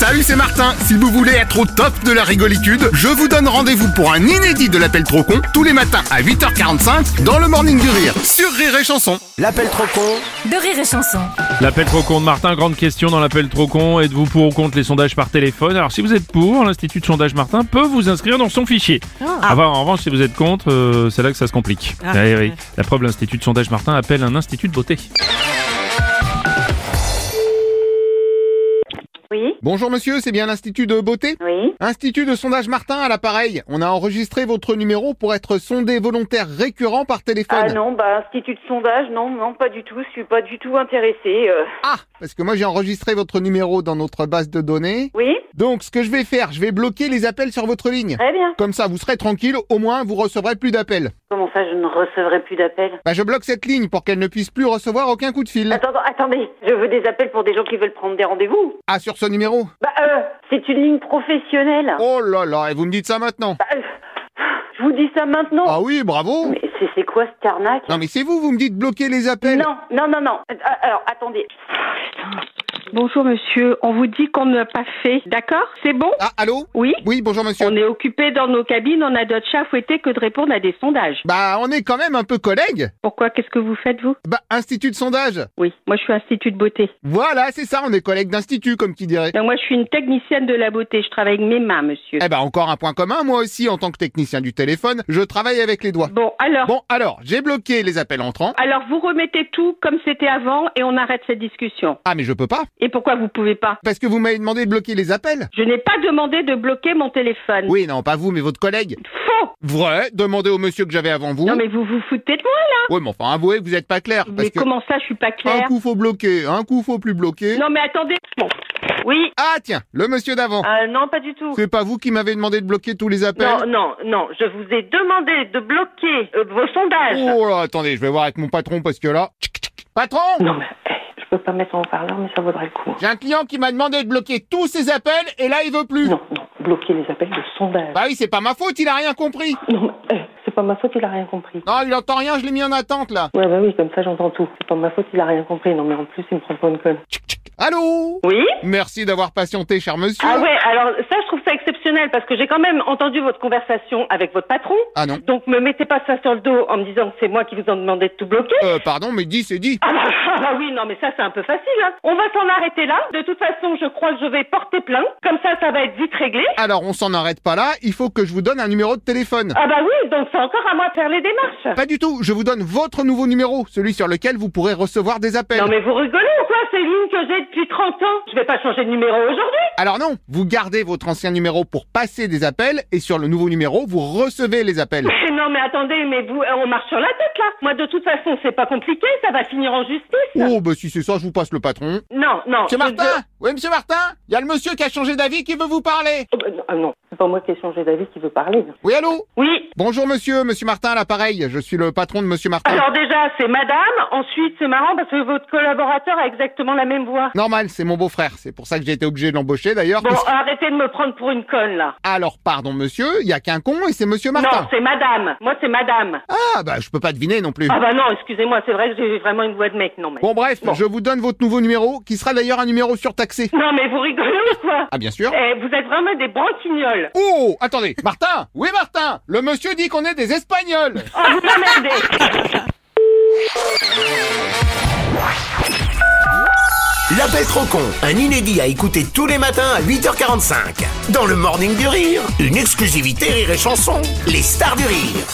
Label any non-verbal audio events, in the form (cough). Salut, c'est Martin. Si vous voulez être au top de la rigolitude, je vous donne rendez-vous pour un inédit de l'appel trop con tous les matins à 8h45 dans le Morning du Rire sur Rire et Chanson. L'appel trop con de rire et chanson. L'appel trop con de Martin, grande question dans l'appel trop con. Êtes-vous pour ou contre les sondages par téléphone Alors si vous êtes pour, l'Institut de sondage Martin peut vous inscrire dans son fichier. Enfin, en revanche, si vous êtes contre, euh, c'est là que ça se complique. Eh oui. La preuve, l'Institut de sondage Martin appelle un institut de beauté. Oui, Bonjour monsieur, c'est bien l'Institut de beauté oui, Institut de sondage Martin à l'appareil. On a enregistré votre numéro pour être sondé volontaire récurrent par téléphone. Ah non, bah institut de sondage, non, non, pas du tout, je suis pas du tout intéressée. euh. Ah, parce que moi j'ai enregistré votre numéro dans notre base de données. Oui, Donc ce que je vais faire, je vais bloquer les appels sur votre ligne. très bien. Comme ça, vous serez tranquille, au moins vous recevrez plus d'appels. Comment ça, je ne recevrai plus d'appels Bah je bloque cette ligne pour qu'elle ne puisse plus recevoir aucun coup de Mm. fil. Attends, attends, attendez, je veux des appels pour des gens qui veulent prendre des rendez-vous. Ah, sur ce numéro Bah, euh, c'est une ligne professionnelle. Oh là là, et vous me dites ça maintenant Ah. Bah, euh, je vous dis ça maintenant. Oh. Ah oui, bravo Mais c'est, c'est quoi cette arnaque Non mais c'est vous, vous me dites bloquer les appels non, non, non, non. Euh, Alors, attendez. Bonjour monsieur, on vous dit qu'on ne l'a pas fait, d'accord C'est bon Ah, allô Oui Oui, bonjour monsieur. On est occupé dans nos cabines, on a d'autres chats à fouetter que de répondre à des sondages. Bah on est quand même un peu collègues Pourquoi Qu'est-ce que vous faites vous Bah, institut de sondage Oui, moi je suis institut de beauté. Voilà, c'est ça, on est collègues d'institut comme qui dirait. Donc moi je suis une technicienne de la beauté, je travaille avec mes mains monsieur. Eh ben encore un point commun, moi aussi en tant que technicien du téléphone, je travaille avec les doigts. Bon alors, Bon alors, j'ai bloqué les appels entrants. alors vous remettez tout comme c'était avant et on arrête cette discussion. Ah mais je peux pas, Et pourquoi vous pouvez pas parce que vous m'avez demandé de bloquer les appels. Je n'ai pas demandé de bloquer mon téléphone. Oui, non, pas vous, mais votre collègue. Faux Vrai, demandez au monsieur que j'avais avant vous. Non mais vous vous foutez de moi là Ouais, mais enfin, avouez que vous êtes pas clair. Mais Parce que Ah, comment ça je suis pas un claire coup faut bloquer, un coup faut plus bloquer. Non mais attendez. Bon. Oui, Ah tiens, le monsieur d'avant. euh, non, pas du tout. C'est pas vous qui m'avez demandé de bloquer tous les Non, appels non, non, je vous ai demandé de bloquer euh, vos sondages. Oh là, attendez, je vais voir avec mon patron parce que là. Tchic, tchic, tchic. Patron Non, mais eh, je peux pas mettre en haut-parleur, mais ça vaudrait le coup. hein. J'ai un client qui m'a demandé de bloquer tous ses appels et là il veut plus. Non, non, bloquer les appels de sondage. Bah oui, c'est pas ma faute, il a rien compris. Non, mais eh, c'est pas ma faute, il a rien compris. Non, il entend rien, je l'ai mis en attente là. Ouais, bah oui, comme ça j'entends tout. C'est pas ma faute, il a rien compris. Non, mais en plus, il me prend pour une conne. Tchic, tchic. Allô Oui Merci d'avoir patienté, cher monsieur. Ah ouais, alors ça je trouve ça exceptionnel parce que j'ai quand même entendu votre conversation avec votre patron. Ah non. Donc me mettez pas ça sur le dos en me disant que c'est moi qui vous en demandais de tout bloquer. Euh, pardon, mais dit, c'est dit. Ah bah, ah bah oui, non mais ça c'est un peu facile. Hein. On va s'en arrêter là. De toute façon, je crois que je vais porter plainte. Comme ça, ça va être vite réglé. Alors, on s'en arrête pas là, il faut que je vous donne un numéro de téléphone. Ah bah oui, donc c'est encore à moi de faire les démarches. Pas du tout, je vous donne votre nouveau numéro, celui sur lequel vous pourrez recevoir des appels. Non mais vous rigolez ou quoi C'est une ligne que j'ai depuis 30 ans. Je vais pas changer de numéro aujourd'hui. (laughs) Alors non, vous gardez votre ancien numéro pour passer des appels et sur le nouveau numéro, vous recevez les appels. Mais non mais attendez, mais vous, euh, on marche sur la tête là. Moi de toute façon, c'est pas compliqué, ça va finir en justice. Oh, bah si c'est ça, je vous passe le patron. Non, non. Monsieur je- Martin Oui, monsieur Martin Il y a le monsieur qui a changé d'avis qui veut vous parler. Oh, bah, non, ah non, c'est pas moi qui ai changé d'avis qui veut parler. Oui, allô Oui, Bonjour monsieur, monsieur Martin à l'appareil, je suis le patron de monsieur Martin. Alors déjà, c'est madame. Ensuite, c'est marrant parce que votre collaborateur a exactement la même voix. Normal, c'est mon beau-frère, c'est pour ça que j'ai été obligé de l'embaucher d'ailleurs. Bon, parce- arrêtez de me prendre pour une conne, là. Alors pardon monsieur, il y a qu'un con et c'est monsieur Martin. Non, c'est madame. Moi, c'est madame. ah bah je peux pas deviner non plus. Ah bah non, excusez-moi, c'est vrai que j'ai vraiment une voix de mec, non mais... Bon bref, je vous donne votre nouveau numéro, qui sera d'ailleurs un numéro surtaxé. Non mais vous rigolez ou quoi Ah bien sûr. Eh, vous êtes vraiment des branquignoles. Oh Attendez, Martin Oui Martin Le monsieur dit qu'on est des Espagnols Oh, vous m'emmerdez L'appel trop con, un inédit à écouter tous les matins à 8h45. Dans le Morning du Rire, une exclusivité Rire et Chanson, les stars du rire.